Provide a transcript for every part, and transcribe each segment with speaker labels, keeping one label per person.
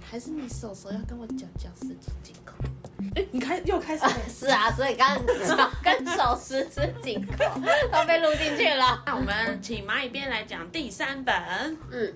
Speaker 1: 还是你手手要跟我讲讲十指紧扣？
Speaker 2: 哎，你开又开始了。
Speaker 3: 是啊，所以刚 刚跟手十指紧扣都被录进去了。
Speaker 2: 那我们请蚂蚁边来讲第三本，
Speaker 1: 嗯，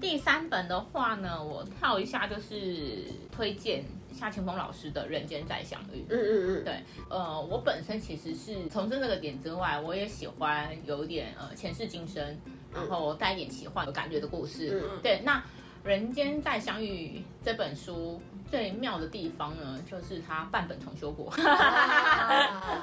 Speaker 4: 第三本的话呢，我跳一下就是推荐夏清风老师的《人间再相遇》。
Speaker 1: 嗯嗯嗯，
Speaker 4: 对，呃，我本身其实是从政这个点之外，我也喜欢有一点呃前世今生，然后带一点奇幻有感觉的故事。
Speaker 1: 嗯
Speaker 4: 对，那《人间再相遇》这本书最妙的地方呢，就是它半本重修 过。
Speaker 1: 啊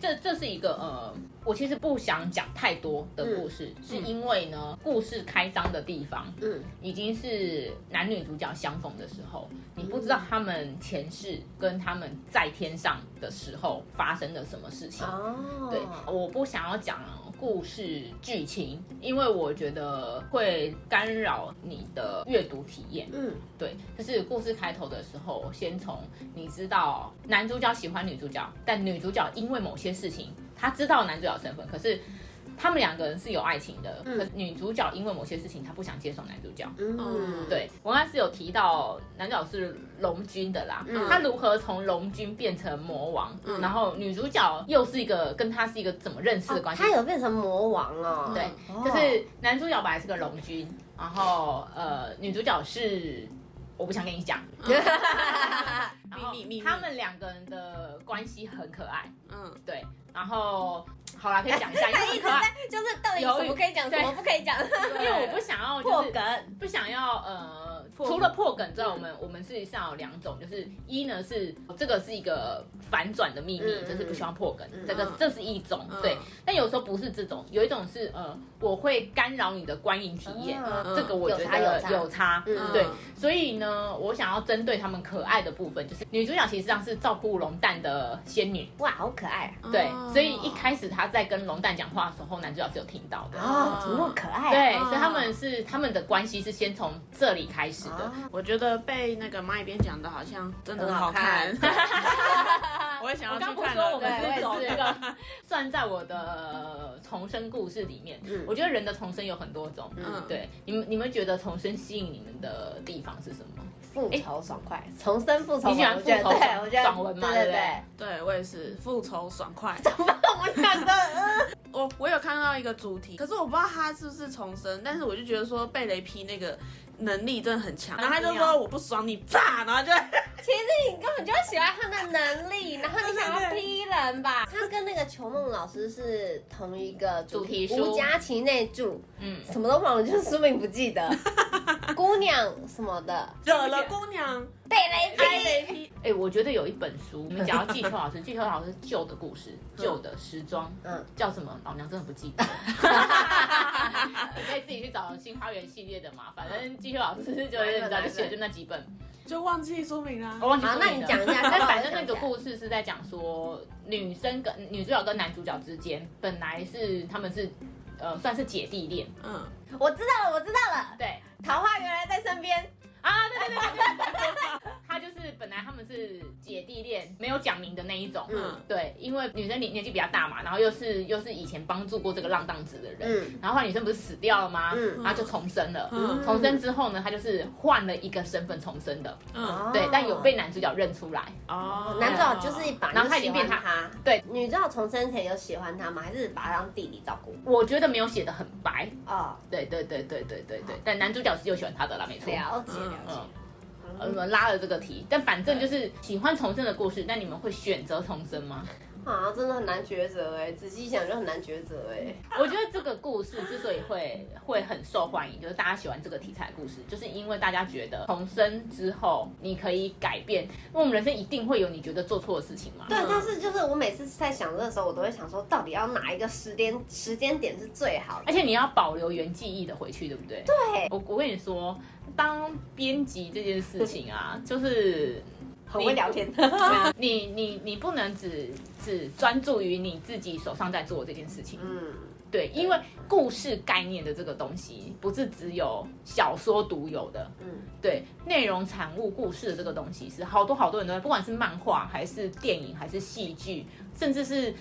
Speaker 4: 这这是一个呃，我其实不想讲太多的故事，
Speaker 3: 嗯
Speaker 4: 是因为呢，故事开张的地方
Speaker 1: 嗯，
Speaker 4: 已经是男女主角相逢的时候，你不知道他们前世跟他们在天上的时候发生了什么事情。
Speaker 1: 哦，
Speaker 4: 对，我不想要讲故事剧情，因为我觉得会干扰你的阅读体验。
Speaker 1: 嗯
Speaker 4: 对，就是故事开头的时候，先从你知道男主角喜欢女主角，但女主角因为某些事情，她知道男主角身份，可是他们两个人是有爱情的，可是女主角因为某些事情，她不想接受男主角。
Speaker 1: 嗯，
Speaker 4: 对，我刚才是有提到男主角是龙君的啦，他如何从龙君变成魔王，然后女主角又是一个跟他是一个怎么认识的
Speaker 3: 哦
Speaker 4: 关系？
Speaker 1: 他有变成魔王哦，
Speaker 4: 对，
Speaker 1: 哦
Speaker 4: 就是男主角本来是个龙君，然后呃，女主角是我不想跟你讲，
Speaker 3: 哦
Speaker 4: 然后
Speaker 2: 秘密秘密
Speaker 4: 他们两个人的关系很可爱，
Speaker 2: 嗯，
Speaker 4: 对，然后好啦，可以讲一下，因为很可爱，
Speaker 3: 就是到底什么可以讲，什么不可以讲，
Speaker 4: 因为我不想要就
Speaker 3: 破
Speaker 4: 是
Speaker 3: 梗。
Speaker 4: 不想要呃，
Speaker 2: 破
Speaker 4: 除了破梗之外，我们我们事实上有两种，就是一呢是这个是一个反转的秘密，
Speaker 1: 嗯
Speaker 4: 就是不希望破梗，
Speaker 1: 嗯
Speaker 4: 这个
Speaker 2: 嗯
Speaker 4: 这是一种、
Speaker 2: 嗯
Speaker 4: 对，但有时候不是这种，有一种是呃，我会干扰你的观影体验，
Speaker 1: 嗯
Speaker 2: 嗯
Speaker 4: 这个我觉
Speaker 3: 有差有
Speaker 4: 得
Speaker 3: 差
Speaker 4: 有差，
Speaker 1: 嗯
Speaker 4: 对，所以呢，我想要针对他们可爱的部分，就是女主角其实上是照顾龙蛋的仙女。
Speaker 3: 哇，好可爱啊！
Speaker 4: 对，所以一开始她在跟龙蛋讲话的时候，男主角是有听到的。
Speaker 3: 哦
Speaker 1: 啊，怎么那么可爱啊？
Speaker 4: 对，
Speaker 2: 哦
Speaker 4: 所以他们是他们的关系是先从这里开始
Speaker 3: 哦
Speaker 4: 的。
Speaker 1: 啊
Speaker 2: 我觉得被那个蚂蚁边讲的好像真的很好看
Speaker 3: 很，
Speaker 2: 我也想要
Speaker 4: 我刚
Speaker 2: 去
Speaker 4: 不是
Speaker 2: 看
Speaker 4: 说
Speaker 2: 了。
Speaker 4: 我们
Speaker 3: 对
Speaker 4: 是走
Speaker 3: 我也
Speaker 4: 这
Speaker 3: 是
Speaker 4: 个，算在我的重生故事里面，
Speaker 1: 嗯
Speaker 4: 我觉得人的重生有很多种。
Speaker 2: 嗯
Speaker 4: 对，你们你们觉得重生吸引你们的地方是什么？
Speaker 3: 复仇爽快，重生复仇文，
Speaker 4: 你喜欢
Speaker 3: 我觉得
Speaker 4: 复仇
Speaker 3: 对，我觉得
Speaker 4: 爽文嘛
Speaker 3: 对
Speaker 4: 对不对
Speaker 3: 对。
Speaker 2: 对我也是复仇爽快。
Speaker 3: 我们两 个
Speaker 2: 我我有看到一个主题，可是我不知道他是不是重生，但是我就觉得说贝雷劈那个能力真的很强，然后他就说我不爽你啪，然后就
Speaker 3: 其实你根本就喜欢他的能力，然后你想要批人吧？他跟那个裘梦老师是同一个
Speaker 4: 主题书
Speaker 3: 吴佳琪那著，
Speaker 4: 嗯，
Speaker 3: 什么都忘了，就是书名不记 得，姑娘什么的，
Speaker 2: 惹了姑娘，
Speaker 3: 被雷劈。
Speaker 4: 哎、我觉得有一本书，我们讲到季秋老师，季秋老师旧的故事，旧的时装，
Speaker 3: 嗯
Speaker 4: 叫什么？老娘真的不记得。你可以自己去找新花园系列的嘛，反正季秋老师就是你知道就写就那几本，
Speaker 2: 就忘记书名
Speaker 4: 我
Speaker 2: 啦。
Speaker 4: 忘记
Speaker 3: 好，
Speaker 4: 书
Speaker 3: 那
Speaker 4: 名
Speaker 3: 你
Speaker 4: 了
Speaker 3: 讲一 下，
Speaker 4: 但反正那个
Speaker 3: 姑
Speaker 4: 故事是在讲说，女生跟女主角跟男主角之间本来是他们是呃算是姐弟恋，
Speaker 2: 嗯，
Speaker 3: 我知道了，我知道了，
Speaker 4: 对
Speaker 3: 桃花原来在身边，
Speaker 4: 啊，对对对对对，他就是本来他们是姐弟恋，没有讲明的那一种，
Speaker 1: 嗯
Speaker 4: 嗯，对，因为女生年年纪比较大嘛，然后又是又是以前帮助过这个浪荡子的人，
Speaker 1: 嗯
Speaker 4: 然后后来女生不是死掉了吗？
Speaker 1: 嗯
Speaker 4: 然后就重生了。
Speaker 2: 嗯
Speaker 4: 重生之后呢，她就是换了一个身份重生的，
Speaker 2: 嗯，
Speaker 4: 对，但有被男主角认出来，
Speaker 2: 哦
Speaker 3: 男主角就是把，
Speaker 4: 然后他已经变他
Speaker 3: 他，
Speaker 4: 对，
Speaker 3: 女主角从生前有喜欢他吗？还是把他当弟弟照顾？
Speaker 4: 我觉得没有写的很白，
Speaker 3: 哦，
Speaker 4: 对对对对对对对，但男主角是有喜欢他的啦，没错。
Speaker 3: 了解
Speaker 2: 嗯
Speaker 3: 了
Speaker 4: 嗯
Speaker 3: 解，，
Speaker 4: 呃我们拉了这个题，但反正就是喜欢重生的故事。那你们会选择重生吗？
Speaker 3: 啊，真的很难抉择哎，仔细想就很难抉择哎。
Speaker 4: 我觉得这个故事之所以会会很受欢迎，就是大家喜欢这个题材的故事，就是因为大家觉得重生之后你可以改变，因为我们人生一定会有你觉得做错的事情嘛。
Speaker 3: 对，但是就是我每次在想的时候，我都会想说，到底要哪一个时间时间点是最好的？
Speaker 4: 而且你要保留原记忆的回去，对不对？
Speaker 3: 对，
Speaker 4: 我我跟你说，当编辑这件事情啊，就是
Speaker 3: 很会聊 天。
Speaker 4: 嗯你你你不能只只专注于你自己手上在做的这件事情，
Speaker 3: 嗯，
Speaker 4: 对，因为故事概念的这个东西不是只有小说独有的，
Speaker 3: 嗯
Speaker 4: 嗯，对，内容产物故事的这个东西是好多好多人都在，不管是漫画还是电影还是戏剧，嗯甚至是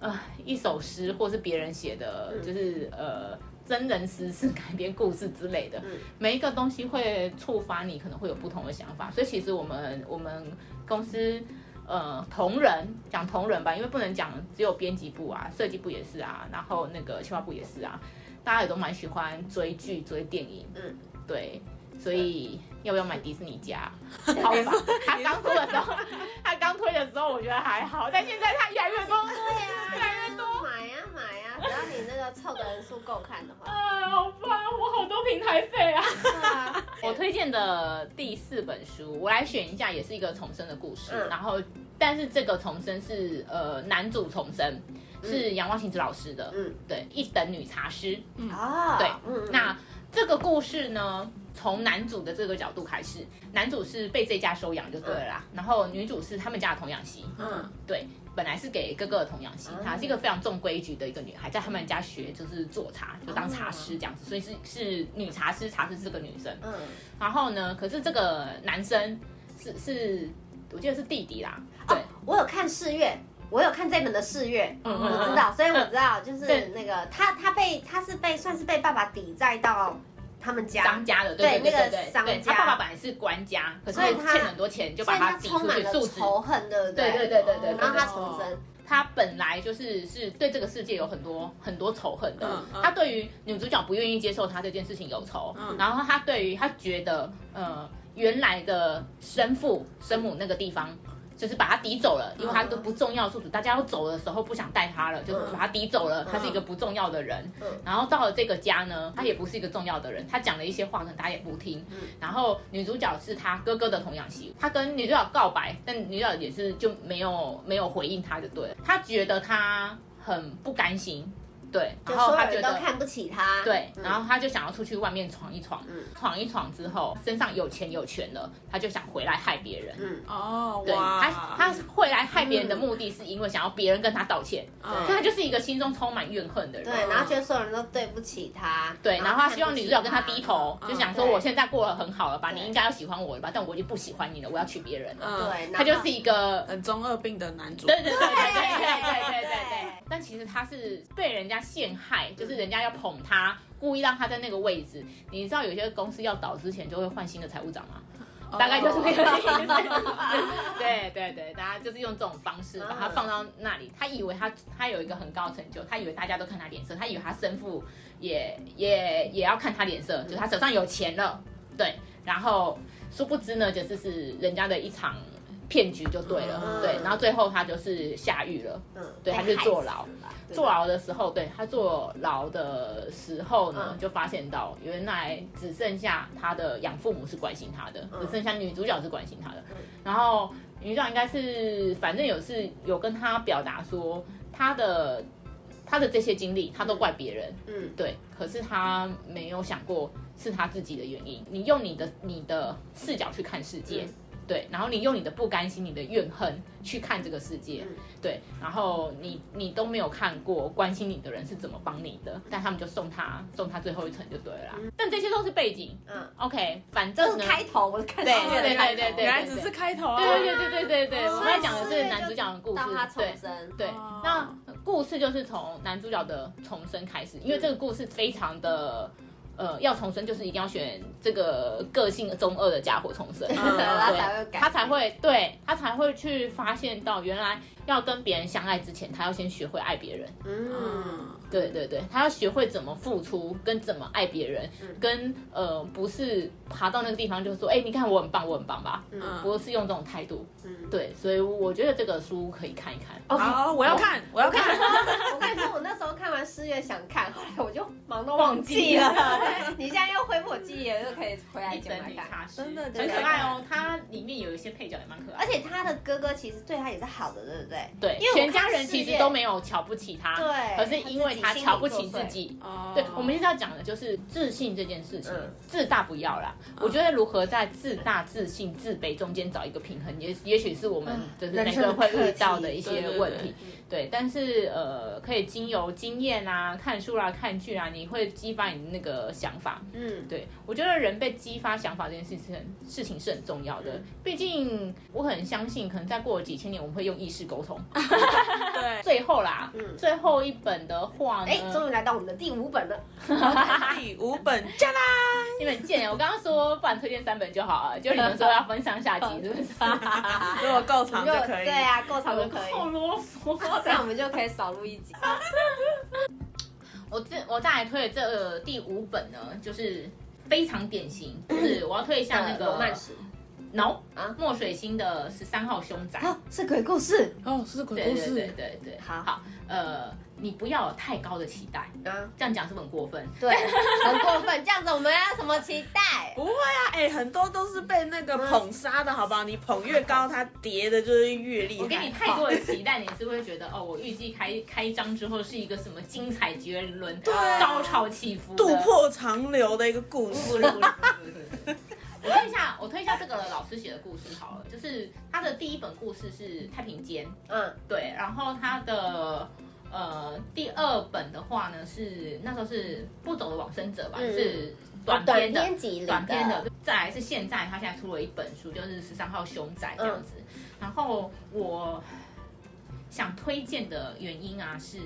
Speaker 4: 呃一首诗或是别人写的，就是呃真人实事改编故事之类的，每一个东西会触发你可能会有不同的想法。所以其实我们我们公司。呃，同仁讲同仁吧，因为不能讲只有编辑部啊，设计部也是啊，然后那个企划部也是啊，大家也都蛮喜欢追剧、追电影，嗯，对，所以要不要买迪士尼家？好吧，他刚出的时候，他刚推的时候我觉得还好，但现在他越来越多，
Speaker 3: 啊
Speaker 4: 越来越多，
Speaker 3: 买呀买呀，只要你那个凑的人数够看的话，
Speaker 4: 啊，好吧，我好多平台费啊。
Speaker 3: 对啊，
Speaker 4: 我推荐的第四本书，我来选一下，也是一个重生的故事。
Speaker 3: 嗯
Speaker 4: 然后，但是这个重生是呃男主重生，是杨望行之老师的，
Speaker 3: 嗯
Speaker 4: 嗯，对，一等女茶师。
Speaker 3: 啊，
Speaker 4: 对
Speaker 3: 嗯
Speaker 4: 那这个故事呢，从男主的这个角度开始，男主是被这家收养就对了啦，
Speaker 3: 嗯
Speaker 4: 然后女主是他们家的童养媳，
Speaker 2: 嗯，
Speaker 4: 对，本来是给哥哥的童养媳，
Speaker 3: 嗯
Speaker 4: 她是一个非常重规矩的一个女孩，在他们家学就是做茶，就
Speaker 3: 嗯
Speaker 4: 当茶师这样子，所以是是女茶师，茶师是个女生。
Speaker 3: 嗯
Speaker 4: 然后呢，可是这个男生是是，我记得是弟弟啦，对，
Speaker 3: 哦我有看四月，我有看这本的四月，
Speaker 4: 嗯嗯
Speaker 3: 我知道，所以我知道，就是那个他他被他是被算是被爸爸抵债到他们家
Speaker 4: 商，家的，对
Speaker 3: 对
Speaker 4: 对
Speaker 3: 那个
Speaker 4: 对对
Speaker 3: 商
Speaker 4: 对，
Speaker 3: 家
Speaker 4: 他爸爸本来是官家，可是
Speaker 3: 所以他
Speaker 4: 欠很多钱，就
Speaker 3: 所
Speaker 4: 把
Speaker 3: 以
Speaker 4: 他
Speaker 3: 他
Speaker 4: 抵出
Speaker 3: 充满
Speaker 4: 去
Speaker 3: 了
Speaker 4: 素质。
Speaker 3: 仇恨，对不
Speaker 4: 对对对对对，
Speaker 3: 然
Speaker 4: 对
Speaker 3: 后
Speaker 4: 哦
Speaker 3: 他重生，
Speaker 4: 他本来就是是对这个世界有很多很多仇恨的，
Speaker 2: 嗯嗯
Speaker 4: 他对于女主角不愿意接受他这件事情有仇，
Speaker 2: 嗯
Speaker 4: 然后他对于他觉得呃原来的生父生母那个地方。就是把他抵走了，
Speaker 2: 嗯
Speaker 4: 因为他都不重要的宿主，大家要走的时候不想带他了，就把他抵走
Speaker 2: 嗯
Speaker 4: 了。他是一个不重要的人，然后到了这个家呢，他也不是一个重要的人，他讲了一些话，可能大家也不听。
Speaker 2: 嗯
Speaker 4: 然后女主角是他哥哥的童养媳，他跟女主角告白，但女主角也是就没有没有回应他就对了，他觉得他很不甘心，对，
Speaker 3: 就
Speaker 4: 然后
Speaker 3: 所有
Speaker 4: 哦他觉
Speaker 3: 人都
Speaker 4: 得。
Speaker 3: 看不起嗯他，
Speaker 4: 对，
Speaker 3: 嗯
Speaker 4: 然后他就想要出去外面闯一闯，闯一闯之后身上有钱有权了，他就想回来害别人。
Speaker 3: 嗯
Speaker 2: 哦，
Speaker 4: 对
Speaker 2: 哇，
Speaker 4: 他，他会来害别人的目的是因为想要别人跟他道歉，
Speaker 2: 嗯
Speaker 4: 所以他就是一个心中充满怨恨的人。
Speaker 3: 对，然后觉得所有人都对不起他，
Speaker 4: 对，然后他希望女主角跟他低头，
Speaker 2: 嗯
Speaker 4: 就想说
Speaker 3: 对
Speaker 4: 我现在过得很好了吧，
Speaker 3: 对
Speaker 4: 你应该要喜欢我了吧，但我已经不喜欢你了，我要娶别人了。
Speaker 2: 嗯
Speaker 3: 对，然后
Speaker 4: 他就是一个。
Speaker 2: 很中二病的男主，
Speaker 4: 对对对对对对
Speaker 3: 对
Speaker 4: 对对对
Speaker 3: 对
Speaker 4: 对，但其实他是被人家陷害，就是人家要捧他，故意让他在那个位置。你知道有些公司要倒之前就会换新的财务长吗？
Speaker 2: 哦
Speaker 4: 大概就是那个意 思。对对对，大家就是用这种方式把他放到那里，他以为他他有一个很高的成就，他以为大家都看他脸色，他以为他生父也也也要看他脸色，就他手上有钱了，对，然后殊不知呢，就是是人家的一场。骗局就对了，
Speaker 2: 嗯
Speaker 4: 对，然后最后他就是下狱了，
Speaker 3: 嗯
Speaker 4: 对，他
Speaker 3: 被
Speaker 4: 就
Speaker 3: 害
Speaker 4: 坐
Speaker 3: 死
Speaker 4: 牢。
Speaker 3: 了对
Speaker 4: 坐牢的时候，对他坐牢的时候呢，
Speaker 3: 嗯
Speaker 4: 就发现到原来只剩下他的养父母是关心他的，
Speaker 3: 嗯
Speaker 4: 只剩下女主角是关心他的。然后女主角应该是反正有是有跟他表达说他的他的这些经历，他都怪别人，
Speaker 3: 嗯
Speaker 4: 嗯，对。可是他没有想过是他自己的原因。你用你的你的视角去看世界。对，然后你用你的不甘心、你的怨恨去看这个世界，对，然后你你都没有看过关心你的人是怎么帮你的，但他们就送他送他最后一程就对了啦。但这些都是背景，
Speaker 3: 嗯
Speaker 4: 嗯，OK，反
Speaker 3: 这
Speaker 4: 正
Speaker 3: 是
Speaker 4: 呢，
Speaker 3: 开头，我是看
Speaker 4: 对
Speaker 3: 四月的
Speaker 4: 对
Speaker 3: 开
Speaker 4: 对
Speaker 3: 头
Speaker 4: 对对，
Speaker 2: 原来只是开头啊，
Speaker 4: 对对对对对对，
Speaker 2: 哦
Speaker 4: 我们在讲的是男主角的故事
Speaker 3: 到他，
Speaker 4: 对
Speaker 3: 重生，
Speaker 4: 对
Speaker 2: 哦，
Speaker 4: 那故事就是从男主角的重生开始，因为这个故事非常的。呃，要重生就是一定要选这个个性中二的家伙重生，
Speaker 2: 嗯
Speaker 3: 对他
Speaker 4: 对
Speaker 3: 才会改
Speaker 4: 他才会对他才会去发现到，原来要跟别人相爱之前，他要先学会爱别人。
Speaker 3: 嗯。
Speaker 2: 嗯，
Speaker 4: 对对对，他要学会怎么付出，跟怎么爱别人，
Speaker 3: 嗯
Speaker 4: 跟呃不是爬到那个地方就说，哎、你看我很棒，我很棒吧，
Speaker 2: 嗯
Speaker 4: 不是用这种态度。
Speaker 3: 嗯
Speaker 4: 对，所以我觉得这个书可以看一看。
Speaker 3: 哦
Speaker 2: 好，我要看，我要看，
Speaker 3: 我跟你说，我那时候看完《四月》想看，后来我就忙到忘记 了。你现在又恢复我记忆了，就可以回来
Speaker 4: 一
Speaker 3: 就
Speaker 4: 整
Speaker 3: 来
Speaker 4: 理
Speaker 3: 看。
Speaker 4: 茶室，
Speaker 2: 真的
Speaker 4: 很
Speaker 2: 真的
Speaker 4: 可爱哦。它里面有一些配角也蛮可爱
Speaker 3: 而
Speaker 4: 的，
Speaker 3: 且他的哥哥其实对他也是好的，对不对？
Speaker 4: 对
Speaker 3: 因为，我
Speaker 4: 全
Speaker 3: 看
Speaker 4: 家人
Speaker 3: 世
Speaker 4: 其
Speaker 3: 界
Speaker 4: 实都没有瞧不起他，
Speaker 3: 对
Speaker 4: 可是因为他
Speaker 3: 他自己心里
Speaker 4: 瞧不起
Speaker 3: 作
Speaker 4: 自
Speaker 3: 祟
Speaker 4: 己，
Speaker 2: 哦
Speaker 4: 对，我们现在要讲的就是自信这件事情，
Speaker 3: 嗯
Speaker 4: 自大不要啦。我觉得如何在自大、自信、自卑中间找一个平衡，也也许是我们就是每个人会遇到的一些
Speaker 2: 人
Speaker 4: 问
Speaker 2: 生的课
Speaker 4: 题
Speaker 2: 题。
Speaker 4: 对，但是呃，可以经由经验啊、看书啦、看剧啊，你会激发你那个想法。
Speaker 3: 嗯，
Speaker 4: 对我觉得人被激发想法这件事情事情是很重要的，毕竟我很相信，可能 再过几千年我们会用意识沟通。
Speaker 2: 对，
Speaker 4: 最后啦，最后一本的话呢？
Speaker 1: 嗯哎，终于来到我们的第五本了，
Speaker 2: 第五本加啦，
Speaker 4: 你们很贱耶！我刚刚说不然推荐三本就好了，就你们说要分上下集， 是不是？
Speaker 2: 如果够
Speaker 1: 我们
Speaker 2: 长就
Speaker 1: 就
Speaker 2: 可以。
Speaker 1: 对啊，够长就可以，
Speaker 4: 好啰嗦。
Speaker 1: 这样我们就可以少录一集。
Speaker 4: 我这我再来推的这个第五本呢，就是非常典型，就是我要推一下那
Speaker 1: 嗯罗
Speaker 4: 个
Speaker 1: 曼史
Speaker 4: No
Speaker 1: 啊
Speaker 4: 墨水星的十三号凶宅。
Speaker 1: 啊，是鬼故事
Speaker 2: 哦，是鬼
Speaker 4: 对
Speaker 2: 故
Speaker 4: 对对
Speaker 2: 事，
Speaker 4: 对对，
Speaker 1: 好
Speaker 4: 好，呃，你不要有太高的期待，
Speaker 1: 啊，
Speaker 4: 这样讲是不是很过分？
Speaker 1: 对，
Speaker 3: 很过分，这样子我们要什么期待？
Speaker 2: 不会啊，哎，很多都是被那个捧杀的，好不好？你捧越高，它跌的就是越厉害。
Speaker 4: 我给你 太多的期待，你是会觉得哦，我预计开开张之后是一个什么精彩绝伦、
Speaker 1: 啊
Speaker 4: 高潮起伏的、
Speaker 2: 渡破长流的一个故
Speaker 4: 不
Speaker 2: 事。
Speaker 4: 不不不不不我推一下，我推一下这个老师写的故事好了，就是他的第一本故事是《太平间》，
Speaker 1: 嗯，
Speaker 4: 对，然后他的呃第二本的话呢是那时候是《不走的往生者》吧，
Speaker 1: 嗯
Speaker 4: 是短
Speaker 1: 短
Speaker 4: 篇的，
Speaker 1: 篇集里
Speaker 4: 短篇的，再来是现在他现在出了一本书，就是十三号凶宅这样子。然后我想推荐的原因啊，是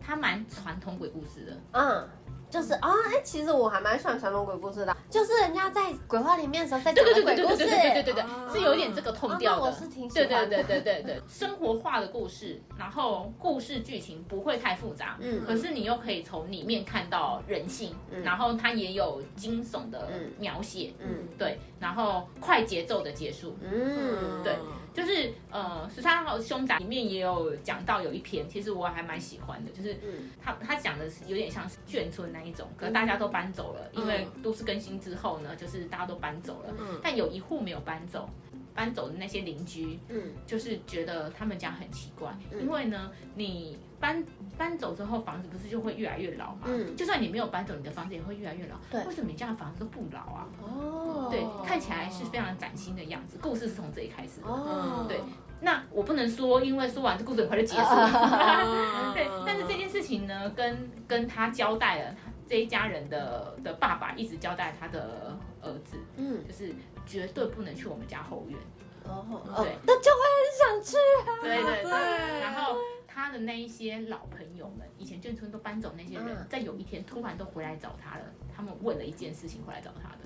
Speaker 4: 它蛮传统鬼故事的，
Speaker 1: 嗯，
Speaker 3: 就是啊，哎、其实我还蛮喜欢传统鬼故事的，就是人家在鬼话里面的时候在
Speaker 4: 对
Speaker 3: 讲的
Speaker 4: 对对
Speaker 3: 鬼
Speaker 4: 对
Speaker 3: 故
Speaker 4: 对
Speaker 3: 事，
Speaker 4: 对对对对对
Speaker 2: 啊，
Speaker 4: 是有点这个痛调
Speaker 3: 啊那
Speaker 4: 的
Speaker 3: 我是挺。喜
Speaker 4: 对
Speaker 3: 欢
Speaker 4: 对
Speaker 3: 的
Speaker 4: 对对对对，生活化的故事，然后故事剧情不会太复杂，嗯，可是你又可以从里面看到人性，然后它也有惊悚的描写，嗯， 对，然后快节奏的结束，
Speaker 1: 嗯，
Speaker 4: 对就是呃，十三号凶宅里面也有讲到有一篇，其实我还蛮喜欢的，就是他他讲的是有点像是眷村那一种，可是大家都搬走了，因为都市更新之后呢，就是大家都搬走了，但有一户没有搬走。搬走的那些邻居，嗯，就是觉得他们家很奇怪，因为呢，你搬搬走之后，房子不是就会越来越老嘛，嗯，就算你没有搬走，你的房子也会越来越老，对，为什么你家的房子都不老啊？
Speaker 1: 哦，
Speaker 4: 对，看起来是非常崭新的样子。故事是从这里开始的，
Speaker 1: 哦，
Speaker 4: 嗯对，那我不能说，因为说完这故事很快就结束
Speaker 1: 啊
Speaker 2: 哦
Speaker 4: 了。 对，但是这件事情呢，跟跟他交代了他这一家人的的爸爸一直交代他的儿子，嗯，就是绝对不能去我们家后院。
Speaker 1: 哦，
Speaker 4: 对
Speaker 3: 那就会很想去。
Speaker 4: 对对
Speaker 2: 对
Speaker 4: 对。
Speaker 1: 啊
Speaker 4: 然后他的那一些老朋友们，以前眷村都搬走那些
Speaker 1: 嗯
Speaker 4: 人，在有一天突然都回来找他了。他们问了一件事情回来找他的，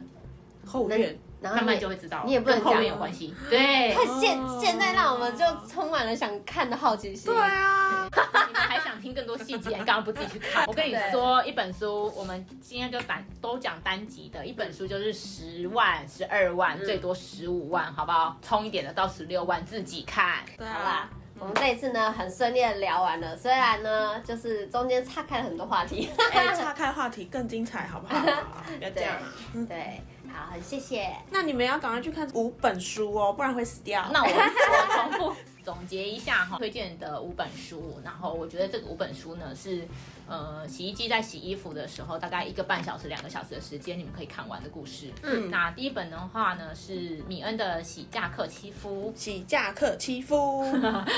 Speaker 2: 后院
Speaker 1: 然后
Speaker 4: 慢
Speaker 1: 你
Speaker 4: 慢就会知道了，
Speaker 1: 啊你也不能
Speaker 4: 跟后
Speaker 1: 讲
Speaker 4: 面有关系。对，
Speaker 3: 但现现在让我们就充满了想看的好奇心。
Speaker 2: 哦对啊，
Speaker 4: 你们还想听更多细节，你刚刚不自己去 看？我跟你说，一本书，我们今天就单都讲单集的，一本书就是十万、十二万，最多十五万，好不好？冲一点的到十六万，自己看。
Speaker 2: 对
Speaker 3: 好啦
Speaker 2: 啊，，
Speaker 3: 我们这一次呢很顺利的聊完了，虽然呢就是中间岔开了很多 话题。
Speaker 2: 哎，岔开话题更精彩，好不 好？不要这样啊。
Speaker 3: 对，好，很谢谢。
Speaker 2: 那你们要赶快去看五本书哦，不然会死掉。
Speaker 4: 那我我重复总结一下哈，推荐的五本书，然后我觉得这个五本书呢是，呃，洗衣机在洗衣服的时候，大概一个半小时、两个小时的时间，你们可以看完的故事。嗯，那第一本的话呢是米恩的《洗嫁克妻夫》，
Speaker 2: 起价克欺夫，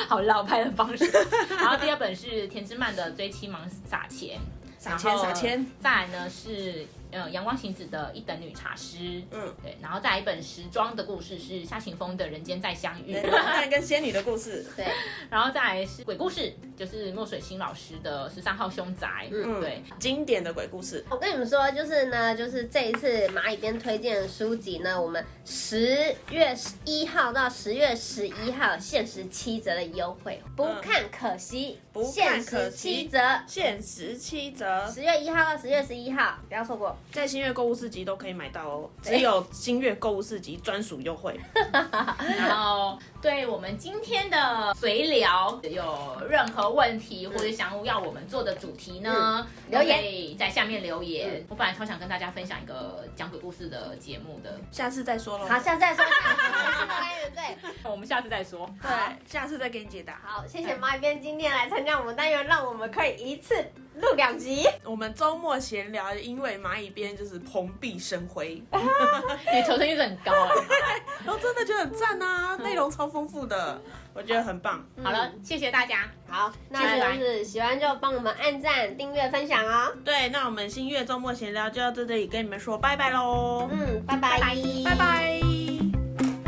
Speaker 4: 好老派的方式。 然后第二本是田之曼的《追妻忙撒钱》，
Speaker 2: 撒钱撒钱。
Speaker 4: 再来呢是呃阳光行子的《一等女茶师》，
Speaker 2: 嗯
Speaker 4: 嗯，对，然后再来一本时装的故事是夏晴风的《人间再相 遇》，
Speaker 2: 看跟仙女的故事，
Speaker 3: 对，
Speaker 4: 然后再来是鬼故事，就是墨水星老师的《十三号凶宅》，嗯，对，
Speaker 2: 经典的鬼故事。
Speaker 3: 我跟你们说，就是呢，就是这一次蚂蚁编推荐的书籍呢，我们十月一号到十月十一号限时七折的优惠，不看可惜，
Speaker 2: 不看
Speaker 3: 限
Speaker 2: 可
Speaker 3: 时
Speaker 2: 惜
Speaker 3: 七折，
Speaker 2: 限时七折，
Speaker 3: 十月一号到十月十一号，不要错过。
Speaker 2: 在新月购物市集都可以买到哦，只有新月购物市集专属优 惠。
Speaker 4: 然后对我们今天的随聊有任何问题，或者想要我们做的主题呢，
Speaker 3: 留言
Speaker 4: 都可以在下面留言。我本来超想跟大家分享一个讲鬼故事的节目的，
Speaker 2: 下次再说喽。
Speaker 3: 好，下次 再说。 下次的单元对，
Speaker 4: 我们下次再 说。
Speaker 2: 好，下次再给你解答。
Speaker 3: 好，谢谢蚂蚁编今天来参加我们单元，让我们可以一次录两集。
Speaker 2: 我们周末闲聊，因为蚂蚁边就是蓬荜生 辉，
Speaker 4: 你的求生欲是很高啊。
Speaker 2: 然后真的觉得很赞啊，内容超丰富的，我觉得很棒。
Speaker 4: 嗯好了，谢谢大家，
Speaker 3: 好，那
Speaker 4: 拜
Speaker 3: 就是喜欢就帮我们按赞、订阅、分享哦。
Speaker 2: 对，那我们新月周末闲聊就到这里，跟你们说拜拜喽，
Speaker 3: 嗯，拜拜，
Speaker 2: 拜拜。